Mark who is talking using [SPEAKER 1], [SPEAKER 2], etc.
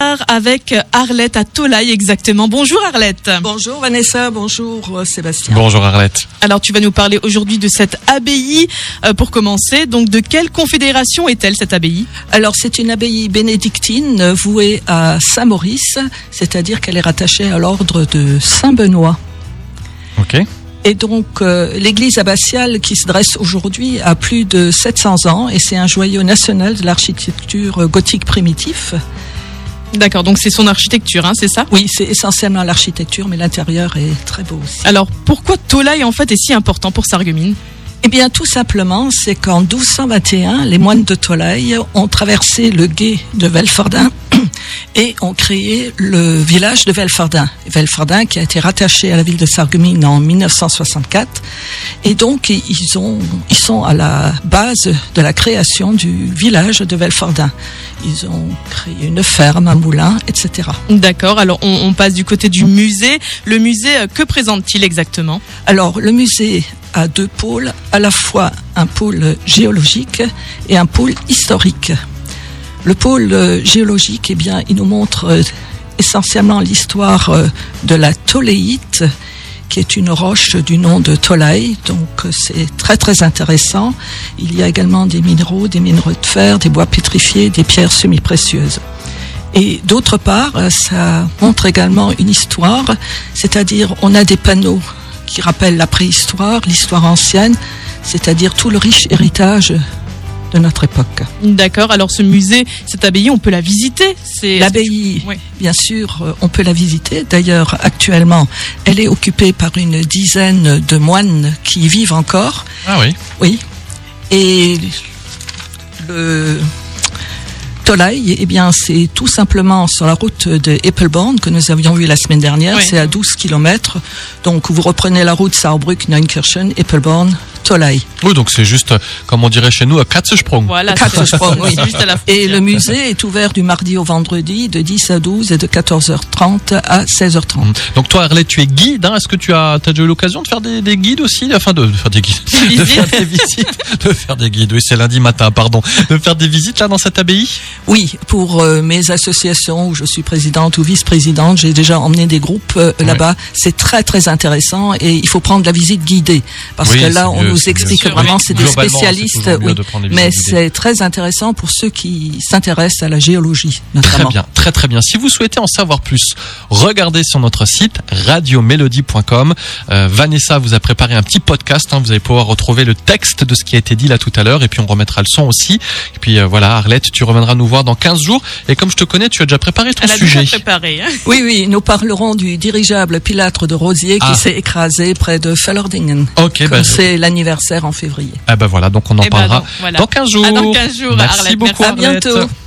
[SPEAKER 1] part avec Arlette à Tolaille exactement. Bonjour Arlette.
[SPEAKER 2] Bonjour Vanessa, bonjour euh, Sébastien.
[SPEAKER 3] Bonjour Arlette.
[SPEAKER 1] Alors tu vas nous parler aujourd'hui de cette abbaye euh, pour commencer. Donc de quelle confédération est-elle cette abbaye
[SPEAKER 2] Alors c'est une abbaye bénédictine euh, vouée à Saint-Maurice, c'est-à-dire qu'elle est rattachée à l'ordre de Saint-Benoît.
[SPEAKER 3] Ok.
[SPEAKER 2] Et donc euh, l'église abbatiale qui se dresse aujourd'hui a plus de 700 ans et c'est un joyau national de l'architecture gothique primitif.
[SPEAKER 1] D'accord, donc c'est son architecture, hein, c'est ça
[SPEAKER 2] Oui, c'est essentiellement l'architecture, mais l'intérieur est très beau aussi.
[SPEAKER 1] Alors pourquoi Tolaille en fait est si important pour Sarreguemines
[SPEAKER 2] Eh bien, tout simplement, c'est qu'en 1221, les moines de Tolaille ont traversé le gué de Velfordin et ont créé le village de Velfordin. Velfordin qui a été rattaché à la ville de Sarreguemines en 1964. Et donc, ils, ont, ils sont à la base de la création du village de Velfordin. Ils ont créé une ferme, un moulin, etc.
[SPEAKER 1] D'accord, alors on, on passe du côté du musée. Le musée, euh, que présente-t-il exactement
[SPEAKER 2] Alors, le musée a deux pôles, à la fois un pôle géologique et un pôle historique. Le pôle euh, géologique, eh bien, il nous montre euh, essentiellement l'histoire euh, de la toléite, qui est une roche du nom de Tolaï. Donc, euh, c'est très, très intéressant. Il y a également des minéraux, des minéraux de fer, des bois pétrifiés, des pierres semi-précieuses. Et d'autre part, euh, ça montre également une histoire, c'est-à-dire on a des panneaux qui rappellent la préhistoire, l'histoire ancienne, c'est-à-dire tout le riche héritage de notre époque.
[SPEAKER 1] D'accord, alors ce musée, cette abbaye, on peut la visiter C'est
[SPEAKER 2] L'abbaye,
[SPEAKER 1] Oui.
[SPEAKER 2] bien sûr, euh, on peut la visiter. D'ailleurs, actuellement, elle est occupée par une dizaine de moines qui y vivent encore.
[SPEAKER 3] Ah oui.
[SPEAKER 2] Oui. Et le Tolaï, eh bien, c'est tout simplement sur la route de Eppelborn que nous avions vu la semaine dernière.
[SPEAKER 1] Oui.
[SPEAKER 2] C'est à 12 km. Donc, vous reprenez la route Saarbrück, Neunkirchen, Eppelborn, Tolaï.
[SPEAKER 3] Oui, donc c'est juste, euh, comme on dirait chez nous, à Katzesprung.
[SPEAKER 1] Voilà,
[SPEAKER 2] Quatre
[SPEAKER 1] c'est-
[SPEAKER 2] fois, oui.
[SPEAKER 1] c'est juste à la
[SPEAKER 2] Et
[SPEAKER 1] frontière.
[SPEAKER 2] le musée est ouvert du mardi au vendredi de 10 à 12 et de 14h30 à 16h30.
[SPEAKER 3] Mm. Donc toi, Arlette, tu es guide. hein. Est-ce que tu as, t'as déjà eu l'occasion de faire des, des guides aussi Enfin, de, de faire des guides. De faire des visites. De faire des guides. Oui, c'est lundi matin, pardon. De faire des visites là dans cette abbaye
[SPEAKER 2] Oui, pour euh, mes associations où je suis présidente ou vice-présidente, j'ai déjà emmené des groupes euh,
[SPEAKER 3] Ouais.
[SPEAKER 2] là-bas. C'est très très intéressant et il faut prendre la visite guidée parce
[SPEAKER 3] Oui,
[SPEAKER 2] que
[SPEAKER 3] c'est
[SPEAKER 2] là on
[SPEAKER 3] mieux,
[SPEAKER 2] nous
[SPEAKER 3] c'est
[SPEAKER 2] explique
[SPEAKER 1] mieux.
[SPEAKER 2] vraiment
[SPEAKER 3] Oui,
[SPEAKER 2] c'est des
[SPEAKER 3] globalement, c'est
[SPEAKER 2] spécialistes,
[SPEAKER 3] toujours mieux
[SPEAKER 2] oui,
[SPEAKER 3] de prendre les
[SPEAKER 2] mais
[SPEAKER 3] visites guidées.
[SPEAKER 2] c'est très intéressant pour ceux qui s'intéressent à la géologie
[SPEAKER 3] Très
[SPEAKER 2] notamment.
[SPEAKER 3] bien, très très bien. Si vous souhaitez en savoir plus, regardez sur notre site radiomélodie.com. Euh, Vanessa vous a préparé un petit podcast. hein. vous allez pouvoir retrouver le texte de ce qui a été dit là tout à l'heure. Et puis on remettra le son aussi. Et puis euh, voilà, Arlette, tu reviendras nous voir dans 15 jours. Et comme je te connais, tu as déjà préparé ton
[SPEAKER 1] Elle a
[SPEAKER 3] sujet.
[SPEAKER 1] déjà préparé. hein.
[SPEAKER 2] Oui oui, nous parlerons du dirigeable Pilâtre de Rosier
[SPEAKER 3] Ah.
[SPEAKER 2] qui s'est écrasé près de Fellordingen.
[SPEAKER 3] Ok, ben,
[SPEAKER 2] Comme c'est l'anniversaire en février.
[SPEAKER 3] ah ben voilà, donc on en
[SPEAKER 1] Eh ben
[SPEAKER 3] parlera
[SPEAKER 1] non, voilà.
[SPEAKER 3] dans 15 jours.
[SPEAKER 1] À dans 15 jours,
[SPEAKER 3] Merci
[SPEAKER 1] Arlette.
[SPEAKER 3] beaucoup.
[SPEAKER 1] Merci.
[SPEAKER 2] À bientôt.
[SPEAKER 3] Arlette.